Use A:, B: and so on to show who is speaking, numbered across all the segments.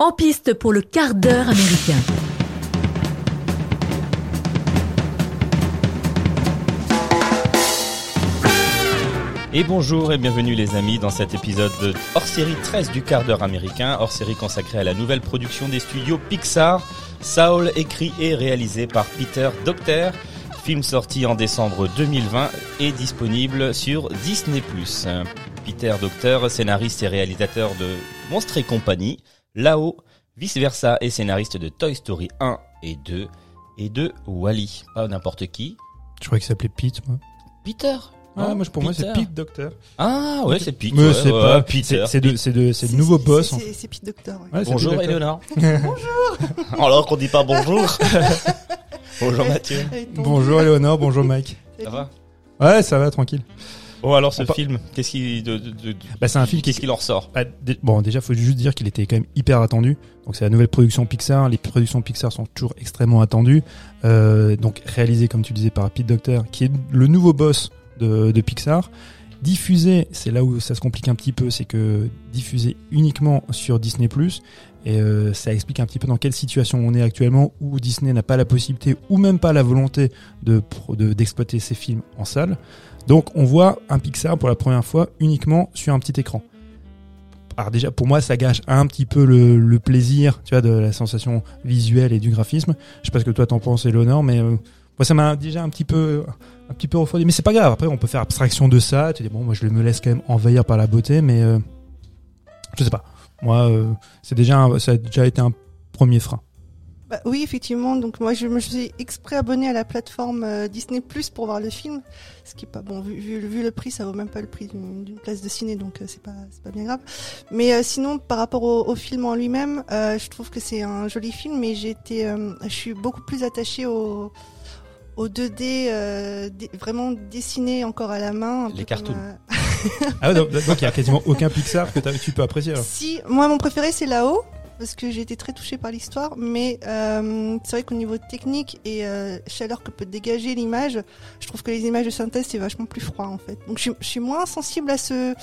A: En piste pour le quart d'heure américain.
B: Et bonjour et bienvenue les amis dans cet épisode de hors série 13 du quart d'heure américain, hors série consacrée à la nouvelle production des studios Pixar, Saul écrit et réalisé par Peter Docter, film sorti en décembre 2020 et disponible sur Disney+. Peter Docter, scénariste et réalisateur de Monstres et compagnie, là-haut, vice-versa et scénariste de Toy Story 1 et 2 et de Wally, pas n'importe qui,
C: Je croyais qu'il s'appelait Pete, moi.
B: Peter.
C: Ah, moi, je- pour moi, c'est
B: Peter.
C: Pete Docteur.
B: Ah ouais, c'est Pete.
C: Mais
B: ouais,
C: c'est
B: ouais,
C: pas
B: Peter.
C: C'est de, c'est de, c'est le nouveau boss. hein. en fait.
D: C'est c'est Pete Doctor. ouais.
C: Ouais, c'est
B: Bonjour
C: Pete Docter.
B: Eleonore. bonjour. Alors qu'on dit pas bonjour. bonjour Mathieu.
D: Avec ton-
C: Bonjour Eleonore, bonjour Mike.
B: Ça va
C: Ouais, ça va, tranquille.
B: Bon alors ce
C: On pa-
B: film, qu'est-ce qui de, de- de-
C: Bah, c'est un film qui
B: qu'est-ce qu'il en ressort
C: Bah, dé- bon, déjà, faut juste dire qu'il était quand même hyper attendu. Donc, c'est la nouvelle production Pixar. Les productions Pixar sont toujours extrêmement attendues. Euh, donc, réalisé, comme tu le disais, par Pete Docter, qui est le nouveau boss de, de Pixar. Diffusé, c'est là où ça se complique un petit peu, c'est que diffusé uniquement sur Disney+, et euh, ça explique un petit peu dans quelle situation on est actuellement, où Disney n'a pas la possibilité ou même pas la volonté de pro- de- d'exploiter ses films en salle. Donc on voit un Pixar pour la première fois uniquement sur un petit écran. Alors déjà, pour moi, ça gâche un petit peu le, le plaisir, tu vois, de la sensation visuelle et du graphisme. Je sais pas ce que toi t'en penses, Eleonore, mais euh, moi, ça m'a déjà un petit peu, un petit peu refroidi. Mais c'est pas grave. Après, on peut faire abstraction de ça. Tu dis bon, moi, je me laisse quand même envahir par la beauté, mais euh, je sais pas. Moi, euh, c'est déjà, un- ça a déjà été un premier frein.
D: Bah oui, effectivement. Donc moi, je me suis exprès abonné à la plateforme euh, Disney Plus pour voir le film, ce qui est pas bon. Vu, vu, vu le prix, ça vaut même pas le prix d'une d'une place de ciné, donc euh, c'est pas c'est pas bien grave. Mais euh, sinon, par rapport au, au film en lui-même, euh, je trouve que c'est un joli film, mais j'ai été, euh, je suis beaucoup plus attachée au au 2D euh, dé- vraiment dessiné encore à la main. un
B: Les
D: peu comme,
B: cartoons.
D: euh,
C: Ah ouais, donc donc, il y a quasiment aucun Pixar que t'as- tu peux apprécier. alors.
D: Si, moi mon préféré c'est là-haut, parce que j'ai été très touchée par l'histoire, mais euh, c'est vrai qu'au niveau technique et euh, chaleur que peut dégager l'image, je trouve que les images de synthèse c'est vachement plus froid en fait. Donc je suis, je suis moins sensible à ce,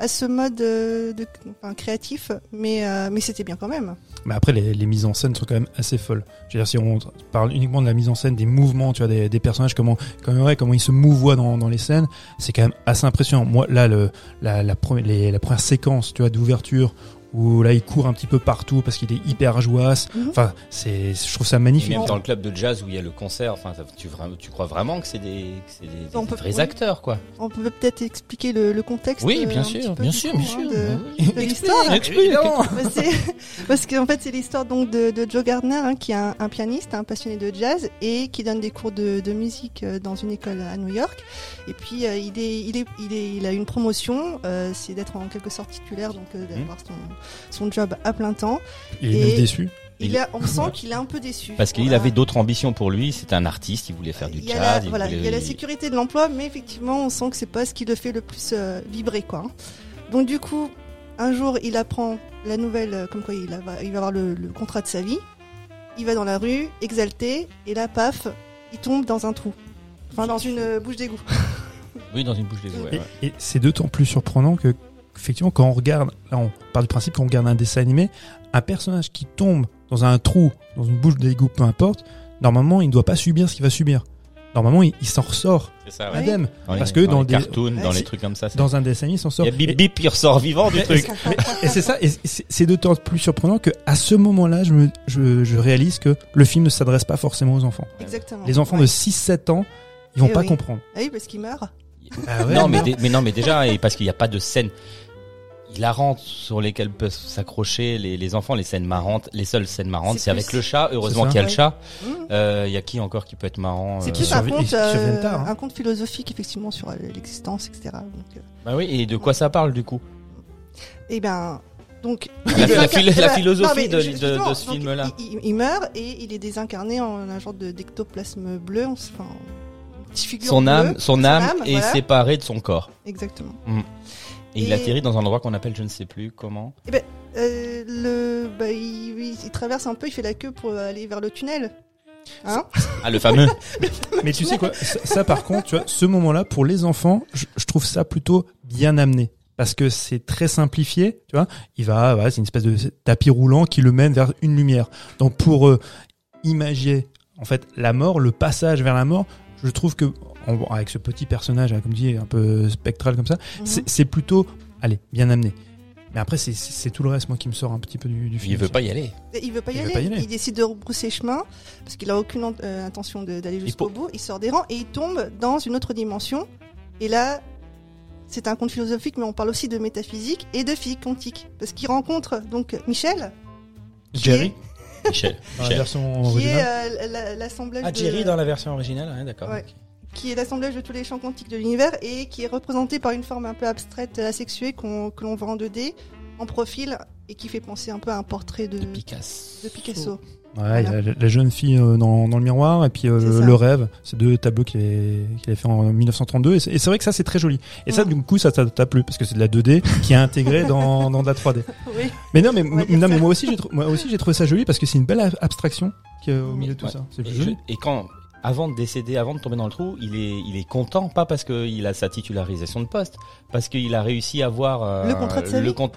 D: à ce mode euh, de, enfin, créatif, mais, euh, mais c'était bien quand même.
C: Mais après, les, les mises en scène sont quand même assez folles. Je veux dire, si on parle uniquement de la mise en scène, des mouvements, tu vois, des, des personnages, comment, comment, ouais, comment ils se mouvoient dans, dans les scènes, c'est quand même assez impressionnant. Moi, là, le, la, la, première, les- la première séquence, tu vois, d'ouverture, où là, il court un petit peu partout parce qu'il est hyper jouasse.
D: Mhm.
C: Enfin, c'est, je trouve ça
B: Et
C: magnifique.
B: même dans le club de jazz où il y a le concert, enfin ça- tu, vra- tu crois vraiment que c'est des, que c'est des, des
D: On peut-
B: vrais
D: oui.
B: acteurs quoi
D: On peut peut-être expliquer le, le contexte.
B: Oui,
D: euh,
B: bien
D: un
B: sûr,
D: petit peu,
B: bien
D: du
B: sûr,
D: coup,
B: bien
D: hein,
B: sûr. Bah
D: de- de l'histoire.
C: Évidemment.
D: Bah, c'est- Parce qu'en fait, c'est l'histoire donc de, de Joe Gardner, hein, qui est un, un pianiste, un passionné de jazz, et qui donne des cours de, de musique euh, dans une école à New York. Et puis, euh, il, est, il, est, il, est, il a une promotion, euh, c'est d'être en quelque sorte titulaire, donc euh, d'avoir
B: Mmh.
D: son, son job à plein temps.
C: Il est même
D: Et-
C: déçu.
D: Il a, on sent qu'il est un peu déçu.
B: Parce qu'il
D: Voilà.
B: avait d'autres ambitions pour lui, c'était un artiste, il voulait faire du
D: Il y, a
B: jazz.
D: la, voilà, il y a la
B: voulait-
D: sécurité de l'emploi, mais effectivement, on sent que c'est pas ce qui le fait le plus euh, vibrer, quoi. hein. Donc du coup, un jour, il apprend la nouvelle, euh, comme quoi il, a- il va avoir le, le contrat de sa vie. Il va dans la rue, exalté, et là, paf, il tombe dans un trou, enfin dans une euh, bouche d'égout.
B: Oui, dans une bouche des
C: Et, et c'est d'autant plus surprenant que, effectivement, quand on regarde, là, on part du principe qu'on regarde un dessin animé, un personnage qui tombe dans un trou, dans une bouche d'égout, peu importe, normalement, il ne doit pas subir ce qu'il va subir. Normalement, il, il s'en ressort
B: C'est ça,
D: ouais.
C: indemne.
B: Parce que dans,
C: des-
B: les cartoons, dans
D: Ouais,
B: les
C: c'est-
B: trucs comme ça. c'est-
C: Dans un dessin animé, il s'en
B: Il
C: sort.
B: y a bip bip, il ressort vivant du truc.
C: Et c'est ça, et c'est c'est d'autant plus surprenant que à ce moment-là, je, me- je, je réalise que le film ne s'adresse pas forcément aux enfants.
D: Exactement.
C: Les enfants de 6-7 ans, ils vont
D: Eh
C: pas
D: oui.
C: comprendre.
D: Ah oui, parce qu'il meurt.
B: non, mais, dé- mais non, mais déjà, et parce qu'il n'y a pas de scène hilarante sur lesquelles peuvent s'accrocher les, les enfants, les scènes marrantes. Les seules scènes marrantes,
D: C'est
B: c'est avec
D: plus-
B: le chat. Heureusement
C: ça.
B: qu'il y a le
D: Ouais.
B: chat.
D: Mmh.
B: Euh, Il y a qui encore qui peut être marrant
D: C'est
B: euh,
C: qui
D: plus un
C: survi-
D: conte,
C: ils
D: euh,
C: surviennent tard, hein.
D: un conte philosophique effectivement sur euh, l'existence, etc. Donc, euh,
B: Bah oui, et de quoi ça parle du coup
D: Eh ben, donc.
B: La- la philo- la
D: Eh ben,
B: philosophie
D: non, mais
B: de-
D: ju-
B: de-
D: justement,
B: de ce
D: donc,
B: film-là.
D: Il, il- il meurt et il est désincarné en un genre de d'ectoplasme bleu, on s- enfin, une petite figure
B: son âme,
D: bleue.
B: son âme est
D: voilà.
B: séparée de son corps.
D: Exactement.
B: Et, il
D: Et-
B: atterrit dans un endroit qu'on appelle je ne sais plus comment.
D: Euh, le, bah, il, il- il traverse un peu, il fait la queue pour aller vers le tunnel. Hein
B: Ah, le fameux.
C: Mais tu sais quoi, ça, ça, par contre, tu vois, ce moment-là, pour les enfants, je, je trouve ça plutôt bien amené. parce que c'est très simplifié, tu vois. Il va, voilà, c'est une espèce de tapis roulant qui le mène vers une lumière. Donc pour euh, imager en fait la mort, le passage vers la mort, je trouve que en- avec ce petit personnage, hein, comme tu dis, un peu spectral comme ça, c'est- c'est plutôt, allez, bien amené. Mais après, c'est- c'est c'est tout le reste moi qui me sort un petit peu du, du film.
B: Il veut pas y aller.
D: Il veut pas y,
C: Il veut
D: aller.
C: pas y aller.
D: Il décide de rebrousser chemin parce qu'il a aucune euh, intention de- d'aller jusqu'au bout. Il sort des rangs et il tombe dans une autre dimension. Et là, c'est un conte philosophique, mais on parle aussi de métaphysique et de physique quantique parce qu'il rencontre donc Michel,
E: Jerry
B: Michel.
C: Dans la
B: Michel.
C: version
D: qui est
C: originale.
D: euh, la- l'assemblage
E: Ah,
D: de-
E: Jerry dans la version originale, hein, d'accord.
D: Ouais. qui est l'assemblage de tous les champs quantiques de l'univers et qui est représenté par une forme un peu abstraite, asexuée qu'on- que l'on voit en 2D, en profil et qui fait penser un peu à un portrait de,
B: De Picasso.
D: de Picasso.
C: Ouais, il y a la- la jeune fille euh, dans, dans le miroir et puis euh,
D: C'est
C: le,
D: ça.
C: le rêve, ces deux tableaux qu'il a, qu'il a fait en 1932 et c'est et c'est vrai que ça c'est très joli. Et ça
D: Ouais.
C: du coup ça t'a t'a plu parce que c'est de la 2D qui est intégrée dans, dans de la 3D.
D: Oui.
C: Mais non mais,
D: va dire
C: non, mais
D: ça.
C: moi aussi j'ai trou- moi aussi j'ai trouvé ça joli parce que c'est une belle ab- abstraction qui est au milieu de tout
B: Ouais.
C: ça. C'est
B: Et,
C: joli.
B: je- et quand, avant de décéder, avant de tomber dans le trou, il est, il est content, pas parce qu'il a sa titularisation de poste, parce qu'il a réussi à avoir euh,
D: Le contrat de sa
B: le
D: vie.
B: cont-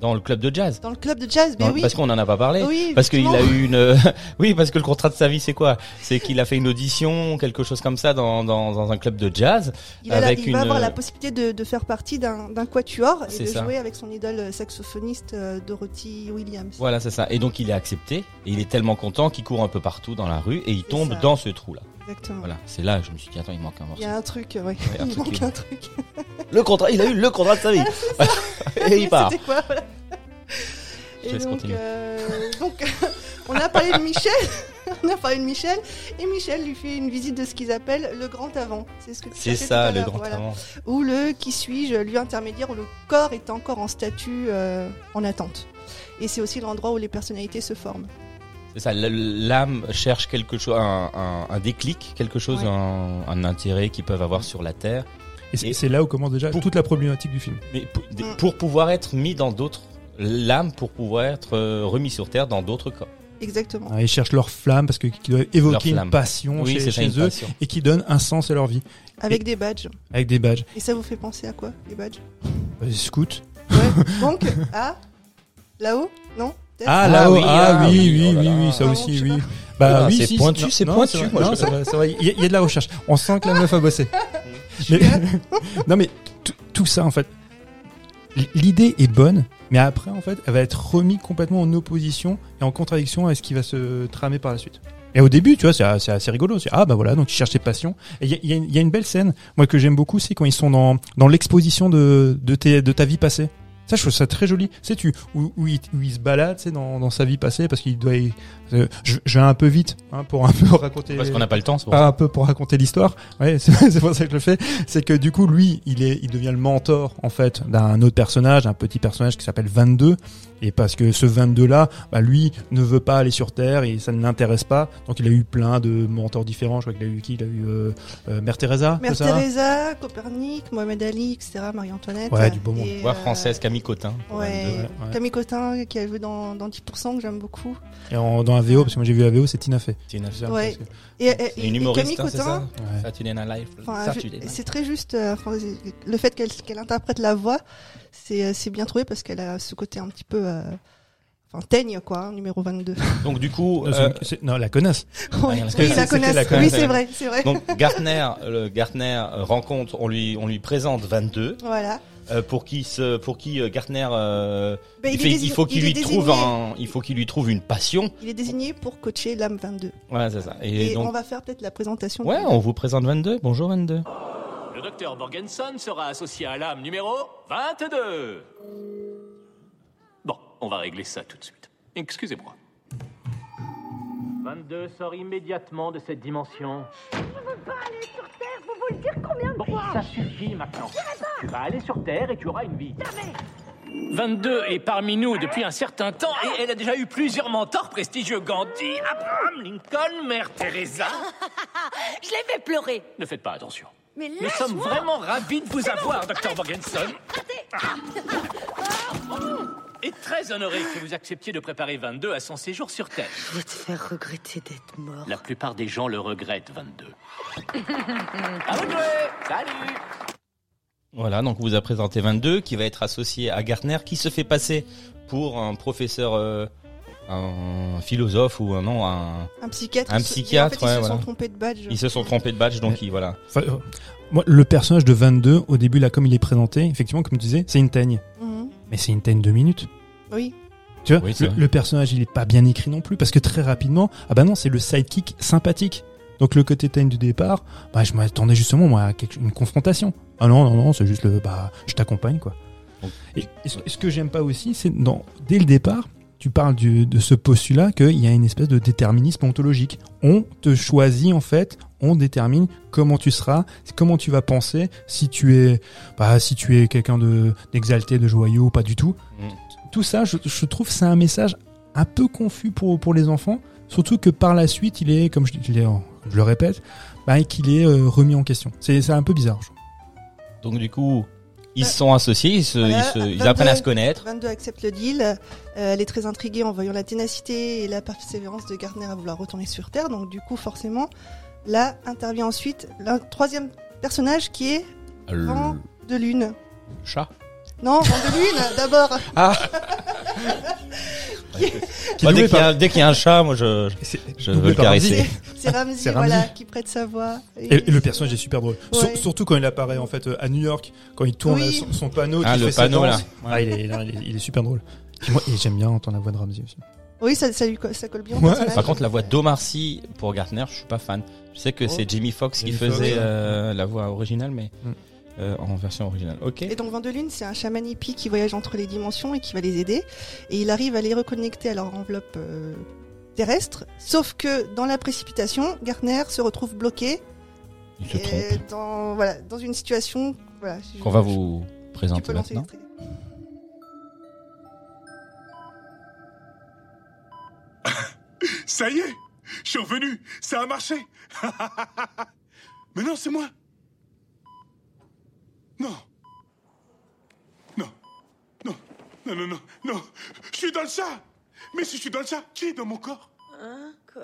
B: dans le club de jazz.
D: Dans le club de jazz, mais
B: Dans-
D: oui.
B: Parce qu'on en a pas parlé.
D: oui,
B: Parce qu'il a
D: effectivement.
B: eu une, euh, oui, parce que le contrat de sa vie, c'est quoi C'est qu'il a fait une audition, quelque chose comme ça, dans, dans, dans un club de jazz.
D: Il, a la-
B: avec
D: il va
B: une- euh,
D: avoir la possibilité de, de faire partie d'un d'un quatuor et
B: C'est
D: de
B: ça.
D: jouer avec son idole saxophoniste euh, Dorothy Williams.
B: Voilà, c'est ça. Et donc il est accepté. Et il est tellement content qu'il court un peu partout dans la rue et il
D: C'est
B: tombe
D: ça.
B: dans ce trou là.
D: Exactement.
B: Voilà, c'est là. Je me suis dit attends, il manque un
D: Il
B: morceau.
D: y a un truc, ouais.
B: y a un
D: il
B: truc
D: manque
B: qui-
D: un truc.
B: Le contrat, il a eu le contrat de sa vie. et il part.
D: C'était quoi, voilà.
B: Je te
D: Et
B: laisse
D: donc,
B: continuer.
D: euh, donc, on a parlé de Michel, on a parlé de Michel, et Michel lui fait une visite de ce qu'ils appellent le grand avant. C'est ce que tu
B: C'est
D: cherchais
B: ça
D: tout à
B: le
D: l'heure,
B: grand
D: voilà.
B: amant.
D: Ou le qui suis-je, lieu intermédiaire où le corps est encore en statut euh, en attente. Et c'est aussi l'endroit où les personnalités se forment.
B: C'est ça. l- L'âme cherche quelque chose, un, un- un déclic, quelque chose,
D: Ouais.
B: un, un intérêt qu'ils peuvent avoir sur la terre.
C: Et c'est-
B: et-
C: c'est là où commence déjà toute la problématique du film.
B: Mais pour, des-
D: Mm.
B: pour pouvoir être mis dans d'autres, l'âme pour pouvoir être euh, remis sur terre dans d'autres corps.
D: Exactement.
C: Ils cherchent leur flamme parce que qui doit évoquer une
B: flamme.
C: passion
B: Oui,
C: chez,
B: c'est ça,
C: chez
B: une
C: eux
B: passion.
C: et qui donne un sens à leur vie
D: Avec des badges.
C: avec des badges.
D: Et ça vous fait penser à quoi, les badges
C: Euh, Scout.
D: Ouais. Donc, à là-haut Non Peut-être
C: Ah
B: Ah
C: là
B: oui,
C: oui, ah
B: ah
C: oui,
B: oui,
C: oui,
B: oh là
C: oui,
B: là.
C: oui, ça
D: Ah bon,
C: aussi,
D: je sais
C: oui. Bah
D: pas.
B: Ah,
C: oui,
B: c'est
C: si,
B: pointu,
C: non,
B: c'est
C: non,
B: pointu,
C: vrai,
B: moi, je
C: non,
B: le
C: c'est vrai, c'est vrai. Il y, a- il y a de la recherche. On sent que la meuf a bossé. Mais- non mais tout- tout ça en fait, l- l'idée est bonne, mais après en fait, elle va être remise complètement en opposition et en contradiction à ce qui va se tramer par la suite. Et au début, tu vois, c'est a- c'est assez rigolo. C'est, Ah bah voilà, donc tu cherches tes passions. Et il y a- il y, a une- il y a une belle scène, moi que j'aime beaucoup, c'est quand ils sont dans dans l'exposition de de, tes- de ta vie passée. Ça, je trouve ça très joli. Sais tu où, où, il, où il se balade, tu sais, dans, dans sa vie passée, parce qu'il doit. euh, je, je vais un peu vite hein, pour un peu raconter
B: Parce qu'on n'a pas le temps, c'est pour
C: pas un peu pour raconter l'histoire. Ouais, c'est c'est pour ça que je le fais. C'est que du coup, lui, il est, il devient le mentor en fait d'un autre personnage, un petit personnage qui s'appelle 22. Et parce que ce 22 là, bah, lui ne veut pas aller sur Terre et ça ne l'intéresse pas. Donc il a eu plein de mentors différents. Je crois qu'il a eu qui Il a eu euh, euh, Mère Teresa.
D: Mère
C: c'est ça
D: Teresa, Copernic, Mohamed Ali, etc., Marie-Antoinette.
C: Ouais, du beau monde.
D: Et,
B: Voix
D: euh,
B: française, Camille Cotin. pour
D: ouais.
B: Anne de-
C: Ouais, ouais.
D: Camille Cotin qui a joué dans, dans 10% que j'aime beaucoup.
C: hein Et en- dans la VO, parce que moi j'ai vu la VO, c'est Tina Fey.
B: C'est une affaire.
D: Ouais.
C: parce
D: Et, et-
B: C'est une
D: et
B: humoriste,
D: Camille
B: hein, c'est
D: Cotin,
C: que- ouais.
B: Saturday Night Live.
D: enfin, je-
B: Saturday Night.
D: c'est très juste. euh, enfin, c'est- le fait qu'elle qu'elle interprète la voix, c'est euh, c'est bien trouvé parce qu'elle a ce côté un petit peu. euh, Enfin, teigne quoi, hein, numéro 22.
B: Donc du coup,
C: Non, c'est
B: euh,
C: une- c'est- non, la connasse.
D: Oui,
B: parce que c'était
D: oui, la
B: la
D: connaissent.
B: connasse,
D: Oui, c'est
B: elle.
D: vrai, c'est vrai.
B: donc Gartner, le Gartner euh, rencontre, on lui, on lui présente 22
D: Voilà.
B: euh, pour qui se, pour qui euh, Gartner, euh,
D: Ben,
B: il,
D: est
B: fait- il
D: désigné-
B: faut qu'il
D: il est
B: lui trouve
D: désigné-
B: un, il faut qu'il lui trouve une passion.
D: Il est désigné pour coacher l'âme 22.
B: Voilà, c'est ça. Et,
D: Et, on
B: donc,
D: va faire peut-être la présentation.
B: ouais, on vous présente 22. Bonjour 22.
F: Le docteur Borgenson sera associé à l'âme numéro 22. Bon, on va régler ça tout de suite. Excusez-moi.
G: 22 sort immédiatement de cette dimension. Je ne veux pas aller sur Terre, vous vous le dire combien de fois Ça suffit maintenant. Tu vas aller sur Terre et tu auras une vie.
F: 22 est parmi nous depuis un certain temps et elle a déjà eu plusieurs mentors prestigieux Gandhi, Abraham Lincoln, Mère Teresa.
H: Je l'ai fait pleurer.
F: Ne faites pas attention.
H: Mais
F: Nous sommes
H: lâche-moi
F: vraiment ravis de vous avoir, docteur Borgenson. Et très honoré que vous acceptiez de préparer 22 à son séjour sur Terre.
H: Je vais te faire regretter d'être mort.
F: La plupart des gens le regrettent, 22. à vous de jouer Salut
B: Voilà, donc on vous a présenté 22, qui va être associé à Gardner, qui se fait passer pour un professeur, euh, un philosophe ou un non, un...
D: Un psychiatre.
B: Un
D: ils se-
B: psychiatre,
D: en fait,
B: ouais,
D: ils se
B: voilà.
D: sont trompés de badge.
B: ils se sont trompés de badge, donc ils, voilà.
C: Enfin, euh, moi, le personnage de 22, au début, là, comme il est présenté, effectivement, comme tu disais, c'est une teigne.
D: Mhm.
C: Mais c'est une teigne de minutes.
D: Oui.
C: Tu vois,
B: Oui, c'est
C: le,
B: vrai.
C: le personnage, il est pas bien écrit non plus, parce que très rapidement, ah bah non, c'est le sidekick sympathique. Donc le côté teigne du départ, bah je m'attendais justement moi à quelque- une confrontation. Ah non non non, c'est juste le bah je t'accompagne quoi.
B: Donc,
C: Et, et ce, et ce que j'aime pas aussi, c'est dans dès le départ, tu parles du- de ce postulat qu'il y a une espèce de déterminisme ontologique. On te choisit en fait, on détermine comment tu seras, comment tu vas penser, si tu es bah si tu es quelqu'un de d'exalté, de joyeux ou pas du tout tout ça, je, je trouve c'est un message un peu confus pour, pour les enfants, surtout que par la suite, il est, comme je, il est en- je le répète, bah, qu'il est euh, remis en question. C'est c'est un peu bizarre. je trouve.
B: Donc du coup, ils se sont associés, ils, se,
D: Bah, Voilà,
B: ils, se- ils
D: 22.
B: apprennent à se connaître.
D: 22 accepte le deal. Euh, elle est très intriguée en voyant la ténacité et la persévérance de Gardner à vouloir retourner sur Terre. Donc, du coup, forcément, là intervient ensuite le troisième personnage qui est Vent de Lune.
B: chat.
D: Non, Vent de Lune, d'abord.
C: Qui est
B: Moi, Bah, dès qu'il y,
C: doublé par-
B: a- dès qu'il y a un chat, moi je,
C: c'est-
B: je
C: doublé
B: veux le
C: par
B: caresser.
D: C'est Ramsey,
C: C'est
D: voilà,
C: Ramsey.
D: qui prête sa voix.
C: Et, et le personnage est super drôle. Sur-
D: Ouais.
C: surtout quand il apparaît en fait euh, à New York, quand il tourne
D: Oui.
C: euh, son, son panneau,
B: Ah,
C: qu'il
B: le
C: fait sa
B: panneau,
C: danse.
B: là.
C: Ah, il, est, il, est, il est super drôle. Et moi, et j'aime bien entendre la voix de Ramsey aussi.
D: Oui, ça, ça, lui co- ça colle bien. au
C: Ouais.
D: personnage.
B: Par contre, la voix d'Omar Sy pour Gardner, je suis pas fan. Je sais que
C: Oh.
B: c'est Jimmy Fox qui
C: Jimmy
B: faisait
C: Foxx,
B: euh, la voix originale, mais
C: Mm.
B: euh, en version originale. Ok.
D: Et donc Vent de Lune, c'est un chaman hippie qui voyage entre les dimensions et qui va les aider. Et il arrive à les reconnecter à leur enveloppe euh, terrestre. Sauf que dans la précipitation, Gardner se retrouve bloqué
B: Il se
D: euh,
B: trompe.
D: dans, voilà, dans une situation. Voilà, je-
B: Qu'on va
D: je-
B: vous
D: tu
B: présenter
D: peux lancer
B: maintenant.
D: l'extrait.
I: Ça y est, je suis revenu, ça a marché. Mais non, c'est moi. Non. Non. Non. Non, non, non, non. Je suis dans le chat. Mais si je suis dans le chat, qui est dans mon corps
H: Hein Quoi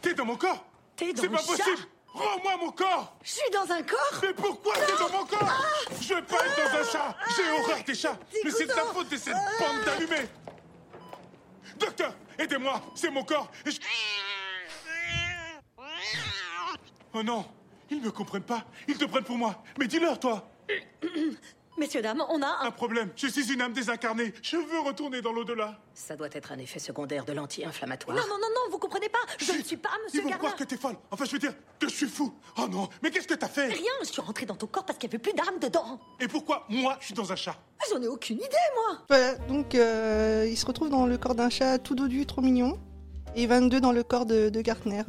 I: T'es dans mon corps
H: T'es dans
I: C'est
H: le
I: pas
H: chat
I: possible Rends-moi mon corps
H: Je suis dans un corps
I: Mais pourquoi t'es dans mon corps
H: Ah
I: Je veux pas être dans un chat J'ai horreur des chats Mais c'est de ta
H: Dégoûtant.
I: faute de cette
H: Ah
I: bande d'allumés Docteur, aidez-moi C'est mon corps et je- Oh non Ils me comprennent pas Ils te prennent pour moi Mais dis-leur, toi
H: Messieurs, dames, on a
I: Un
H: un...
I: problème Je suis une âme désincarnée Je veux retourner dans l'au-delà
J: Ça doit être un effet secondaire de l'anti-inflammatoire.
H: Non, non, non, non, vous comprenez pas Je ne suis pas
I: Ils
H: Monsieur
I: vont
H: Gardner
I: croire que t'es folle Enfin, je veux dire que je suis fou Oh non Mais qu'est-ce que t'as fait
H: Rien, je suis rentrée dans ton corps parce qu'il n'y avait plus d'armes dedans
I: Et pourquoi, moi, je suis dans un chat
H: J'en ai aucune idée, moi
D: Voilà, donc euh, il se retrouve dans le corps d'un chat tout dodu, trop mignon, et 22 dans le corps de, de Gartner.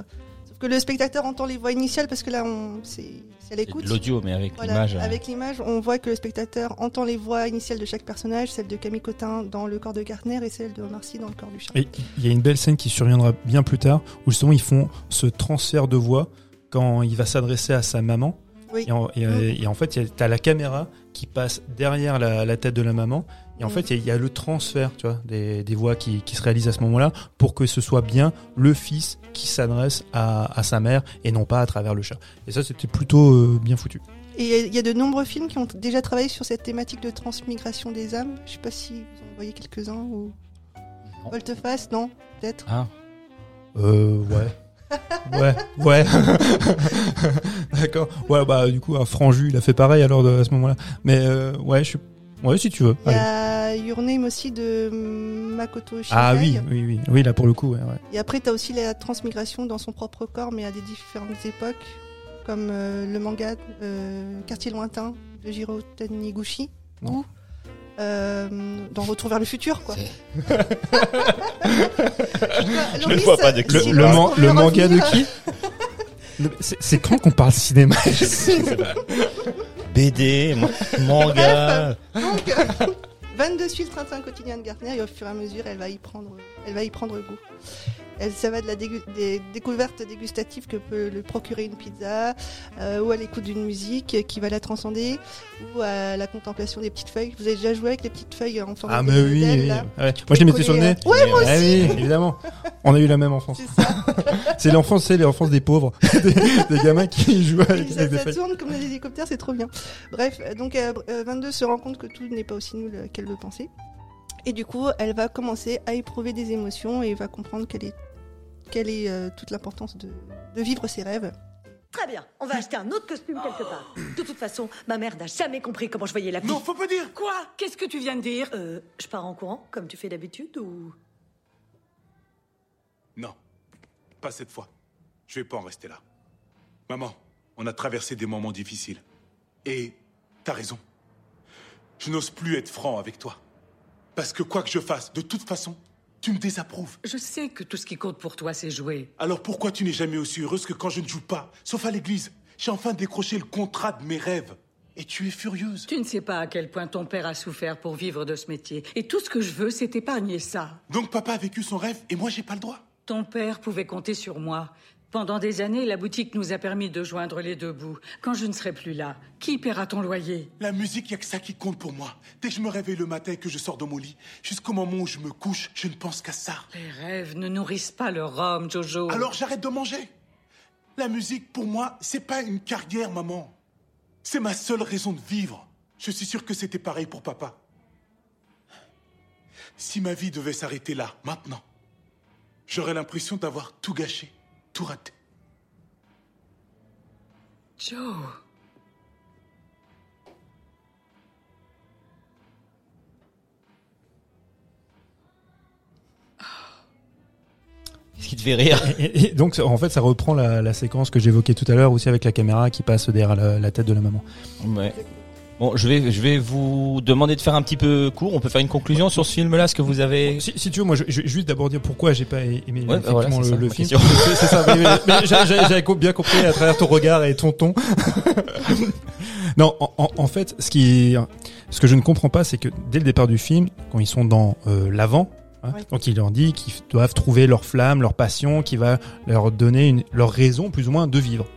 D: Sauf que le spectateur entend les voix initiales parce que là, on, c'est, c'est à
B: C'est de
D: l'écoute.
B: L'audio, mais avec
D: Voilà,
C: hein.
B: l'image. euh,
D: avec l'image, on voit que le spectateur entend les voix initiales de chaque personnage, celle de Camille Cotin dans le corps de Gartner et celle de Marcy dans le corps du chat.
C: Et il y a une belle scène qui surviendra bien plus tard, où justement ils font ce transfert de voix quand il va s'adresser à sa maman.
D: Oui.
C: Et en, et, euh, et en fait, il y a- t'as la caméra qui passe derrière la, la tête de la maman. Et en
D: Mhm.
C: fait, il y, a- il y a le transfert, tu vois, des, des voix qui, qui se réalisent à ce moment-là pour que ce soit bien le fils qui s'adresse à, à sa mère et non pas à travers le chat. Et ça, c'était plutôt euh, bien foutu.
D: Et il y a- il y, a de nombreux films qui ont déjà travaillé sur cette thématique de transmigration des âmes. Je sais pas si vous en voyez quelques-uns ou.
B: Non.
D: Volteface, non Peut-être.
B: Ah,
C: Euh, ouais. ouais, ouais. D'accord. Ouais, bah, du coup, un Franju, il a fait pareil alors de- à ce moment-là. Mais euh, ouais, je suis. Ouais, si tu veux.
D: Il y
C: Allez.
D: a Your Name aussi de Makoto Shinkai.
C: Ah oui, oui, oui. Oui, là, pour le coup, ouais. ouais.
D: Et après, tu as aussi la transmigration dans son propre corps, mais à des différentes époques, comme euh, le manga euh, Quartier lointain de Jiro Taniguchi,
C: Non.
D: ou euh, dans Retour vers le futur, quoi.
B: Je le vois pas dès que
C: Le,
B: Si,
C: le
B: bah,
C: man- le manga de qui Le- c'est- C'est quand qu'on parle cinéma
B: BD, man- manga.
D: Donc, euh, 22 suit le train de quotidien de Gardner et au fur et à mesure, elle va y prendre, elle va y prendre goût. Elle, ça va de la dégu- des découverte dégustative que peut le procurer une pizza, euh, ou à l'écoute d'une musique qui va la transcender, ou à la contemplation des petites feuilles. Vous avez déjà joué avec les petites feuilles en forme
C: Ah,
D: de
C: mais oui,
D: d'ailes,
C: oui.
D: là
C: Ouais.
D: Tu peux
C: Moi, je les
D: les
C: mettais sur le
D: coller,
C: nez.
D: hein. Ouais, moi
C: Ah
D: aussi.
C: oui, évidemment. On a eu la même enfance.
D: C'est ça.
C: C'est l'enfance, c'est l'enfance des pauvres, des, des gamins qui jouent avec,
D: ça,
C: avec des
D: ça
C: feuilles.
D: tourne comme des hélicoptères, c'est trop bien. Bref, euh, donc euh, euh, 22 se rend compte que tout n'est pas aussi nul euh, qu'elle le pensait. Et du coup, elle va commencer à éprouver des émotions et va comprendre quelle est, quelle est euh, toute l'importance de, de vivre ses rêves.
H: Très bien, on va acheter un autre costume quelque part. De toute façon, ma mère n'a jamais compris comment je voyais la vie.
I: Non, faut pas dire
J: Quoi Qu'est-ce que tu viens de dire
H: Euh, je pars en courant, comme tu fais d'habitude, ou...
I: Non, pas cette fois. Je vais pas en rester là. Maman, on a traversé des moments difficiles. Et t'as raison. Je n'ose plus être franc avec toi. Parce que quoi que je fasse, de toute façon, tu me désapprouves.
J: Je sais que tout ce qui compte pour toi, c'est jouer.
I: Alors pourquoi tu n'es jamais aussi heureuse que quand je ne joue pas, sauf à l'église J'ai enfin décroché le contrat de mes rêves. Et tu es furieuse.
J: Tu ne sais pas à quel point ton père a souffert pour vivre de ce métier. Et tout ce que je veux, c'est épargner ça.
I: Donc papa a vécu son rêve et moi j'ai pas le droit.
J: Ton père pouvait compter sur moi. Pendant des années, la boutique nous a permis de joindre les deux bouts. Quand je ne serai plus là, qui paiera ton loyer
I: La musique, y a que ça qui compte pour moi. Dès que je me réveille le matin et que je sors de mon lit, jusqu'au moment où je me couche, je ne pense qu'à ça.
J: Les rêves ne nourrissent pas leur homme, Jojo.
I: Alors j'arrête de manger. La musique, pour moi, c'est pas une carrière, maman. C'est ma seule raison de vivre. Je suis sûr que c'était pareil pour papa. Si ma vie devait s'arrêter là, maintenant, j'aurais l'impression d'avoir tout gâché, tout raté.
J: Joe.
B: Qu'est-ce qui te fait rire
C: Et, et donc, en fait, ça reprend la, la séquence que j'évoquais tout à l'heure aussi avec la caméra qui passe derrière la, la tête de la maman.
B: Ouais. Bon, je vais, je vais vous demander de faire un petit peu court. On peut faire une conclusion sur ce film-là, ce que vous avez.
C: Si, si tu veux, moi, je, je vais juste d'abord dire pourquoi j'ai pas aimé
B: bah
C: effectivement
B: voilà, c'est
C: le,
B: ça,
C: le
B: ma
C: film.
B: question.
C: C'est- c'est ça, mais, mais j'a- j'a- j'avais co- bien compris à travers ton regard et ton ton. non, en, en- en fait, ce qui, ce que je ne comprends pas, c'est que dès le départ du film, quand ils sont dans euh, l'avant. hein,
D: Ouais.
C: Donc il leur dit qu'ils doivent trouver leur flamme, leur passion, qui va leur donner une, leur raison plus ou moins de vivre.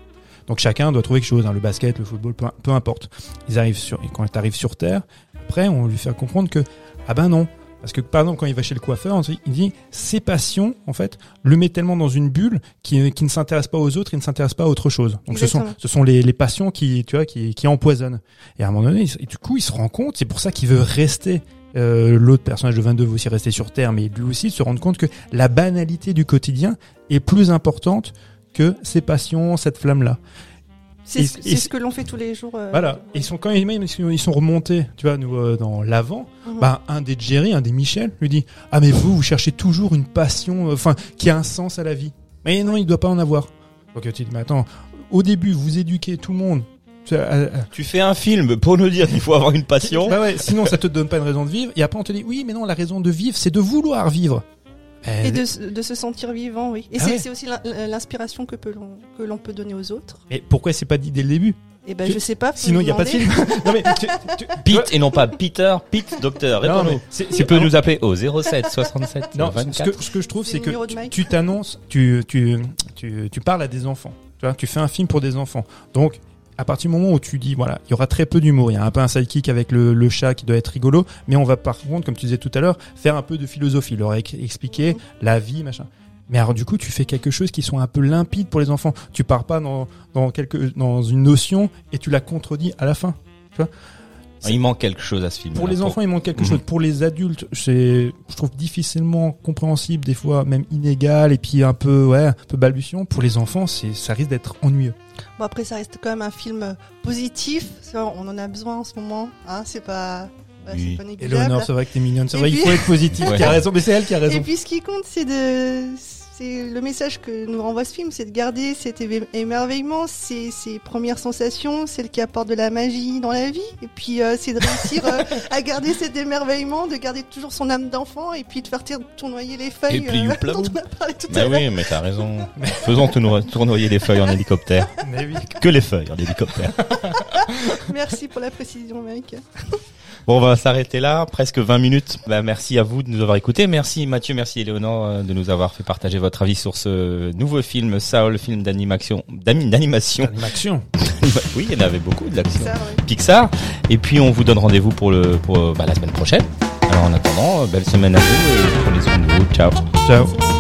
C: Donc chacun doit trouver quelque chose, hein, le basket, le football, peu, peu importe. Ils arrivent sur, et quand ils arrivent sur Terre, après on lui fait comprendre que ah ben non, parce que par exemple quand il va chez le coiffeur, on se- il dit ses passions en fait le met tellement dans une bulle qui, qui ne s'intéresse pas aux autres, il ne s'intéresse pas à autre chose. Donc ce sont
D: Exactement.
C: ce sont les, les passions qui tu vois qui, qui empoisonnent. Et à un moment donné, il se- du coup il se rend compte, c'est pour ça qu'il veut rester. Euh, L'autre personnage de 22 veut aussi rester sur Terre, mais lui aussi se rendre compte que la banalité du quotidien est plus importante que ses passions, cette flamme-là.
D: C'est ce,
C: Et-
D: c'est
C: et-
D: ce que l'on fait tous les jours. euh,
C: Voilà. Ils sont quand même, ils sont- ils sont remontés, tu vois, nous, euh, dans l'avant.
D: Mhm.
C: Bah, un des Jerry, un des Michel, lui dit Ah, mais vous, vous cherchez toujours une passion, euh, enfin, qui a un sens à la vie. Mais non, il doit pas en avoir. Donc, tu dis Mais attends, au début, vous éduquez tout le monde. Tu vois, à- à-
B: Tu fais un film pour nous dire qu'il faut avoir une passion.
C: Bah ouais, sinon, ça te donne pas une raison de vivre. Et après, on te dit Oui, mais non, la raison de vivre, c'est de vouloir vivre. Eh,
D: Et de, se- de se sentir vivant, oui. Et
C: Ah
D: c'est
C: ouais.
D: c'est aussi l'in- l'inspiration que peut l'on que l'on peut donner aux autres.
C: Mais pourquoi c'est pas dit dès le début
D: Et ben
C: Tu-
D: je sais pas. faut
C: Sinon, il y a pas de
D: demander.
C: film. non, mais tu- tu-
B: Pete et non pas Peter, Pete, docteur,
C: Non, mais
B: réponds-nous.
C: c'est- c'est
B: Tu peux
C: pas-
B: nous appeler au 07 67
C: Hein Non, ce
B: 24.
C: que, ce que je trouve,
D: C'est
C: c'est
D: le
C: que
D: numéro de
C: tu-
D: Mike.
C: tu t'annonces, tu, tu, tu, tu parles à des enfants. Tu, vois, tu fais un film pour des enfants. Donc, à partir du moment où tu dis, voilà, il y aura très peu d'humour, il y a un peu un sidekick avec le, le chat qui doit être rigolo, mais on va par contre, comme tu disais tout à l'heure, faire un peu de philosophie, leur ex- expliquer
D: Mhm.
C: la vie, machin. Mais alors du coup, tu fais quelque chose qui soit un peu limpide pour les enfants. Tu pars pas dans, dans, quelque, dans une notion et tu la contredis à la fin.
B: Il manque quelque chose à ce film.
C: Pour les enfants, il manque quelque
B: Mhm.
C: chose. Pour les adultes, c'est, je trouve difficilement compréhensible, des fois même inégal, et puis un peu, ouais, un peu balbutiant. Pour les enfants, c'est, ça risque d'être ennuyeux.
D: Bon après ça reste quand même un film euh, positif. Ça, On en a besoin en ce moment. Hein, c'est pas. voilà,
B: Oui.
D: c'est pas
C: Et
D: négligeable.
C: Léonore, c'est vrai que t'es mignonne, c'est
D: Et
C: vrai, il
D: puis-
C: faut être positif.
B: Ouais.
C: Qui a raison, mais c'est elle qui a
D: Et
C: raison.
D: puis ce qui compte, c'est de, c'est le message que nous renvoie ce film, c'est de garder cet éve- émerveillement, ces, ces premières sensations, celles qui apportent de la magie dans la vie. Et puis euh, c'est de réussir euh, à garder cet émerveillement, de garder toujours son âme d'enfant, et puis de faire tir- tournoyer les feuilles
B: Et puis,
D: euh,
B: youpla.
D: dont on a parlé tout à
B: Bah
D: l'heure.
B: oui, mais t'as raison. Faisons tourno- tournoyer les feuilles en hélicoptère.
C: Mais oui.
B: Que les feuilles en hélicoptère.
D: Merci pour la précision, mec.
B: Bon, on va s'arrêter là, presque 20 minutes. Bah, merci à vous de nous avoir écoutés. Merci Mathieu, merci Éléonore euh, de nous avoir fait partager votre avis sur ce nouveau film, Saul, film d'animation. d'ami- D'animation.
C: D'animation.
B: oui, il y en avait beaucoup de l'action.
D: Pixar, ouais.
B: Pixar. Et puis on vous donne rendez-vous pour, le, pour euh, bah, la semaine prochaine. Alors en attendant, euh, belle semaine à vous et prenez soin de vous. Ciao.
C: Ciao.
D: Merci.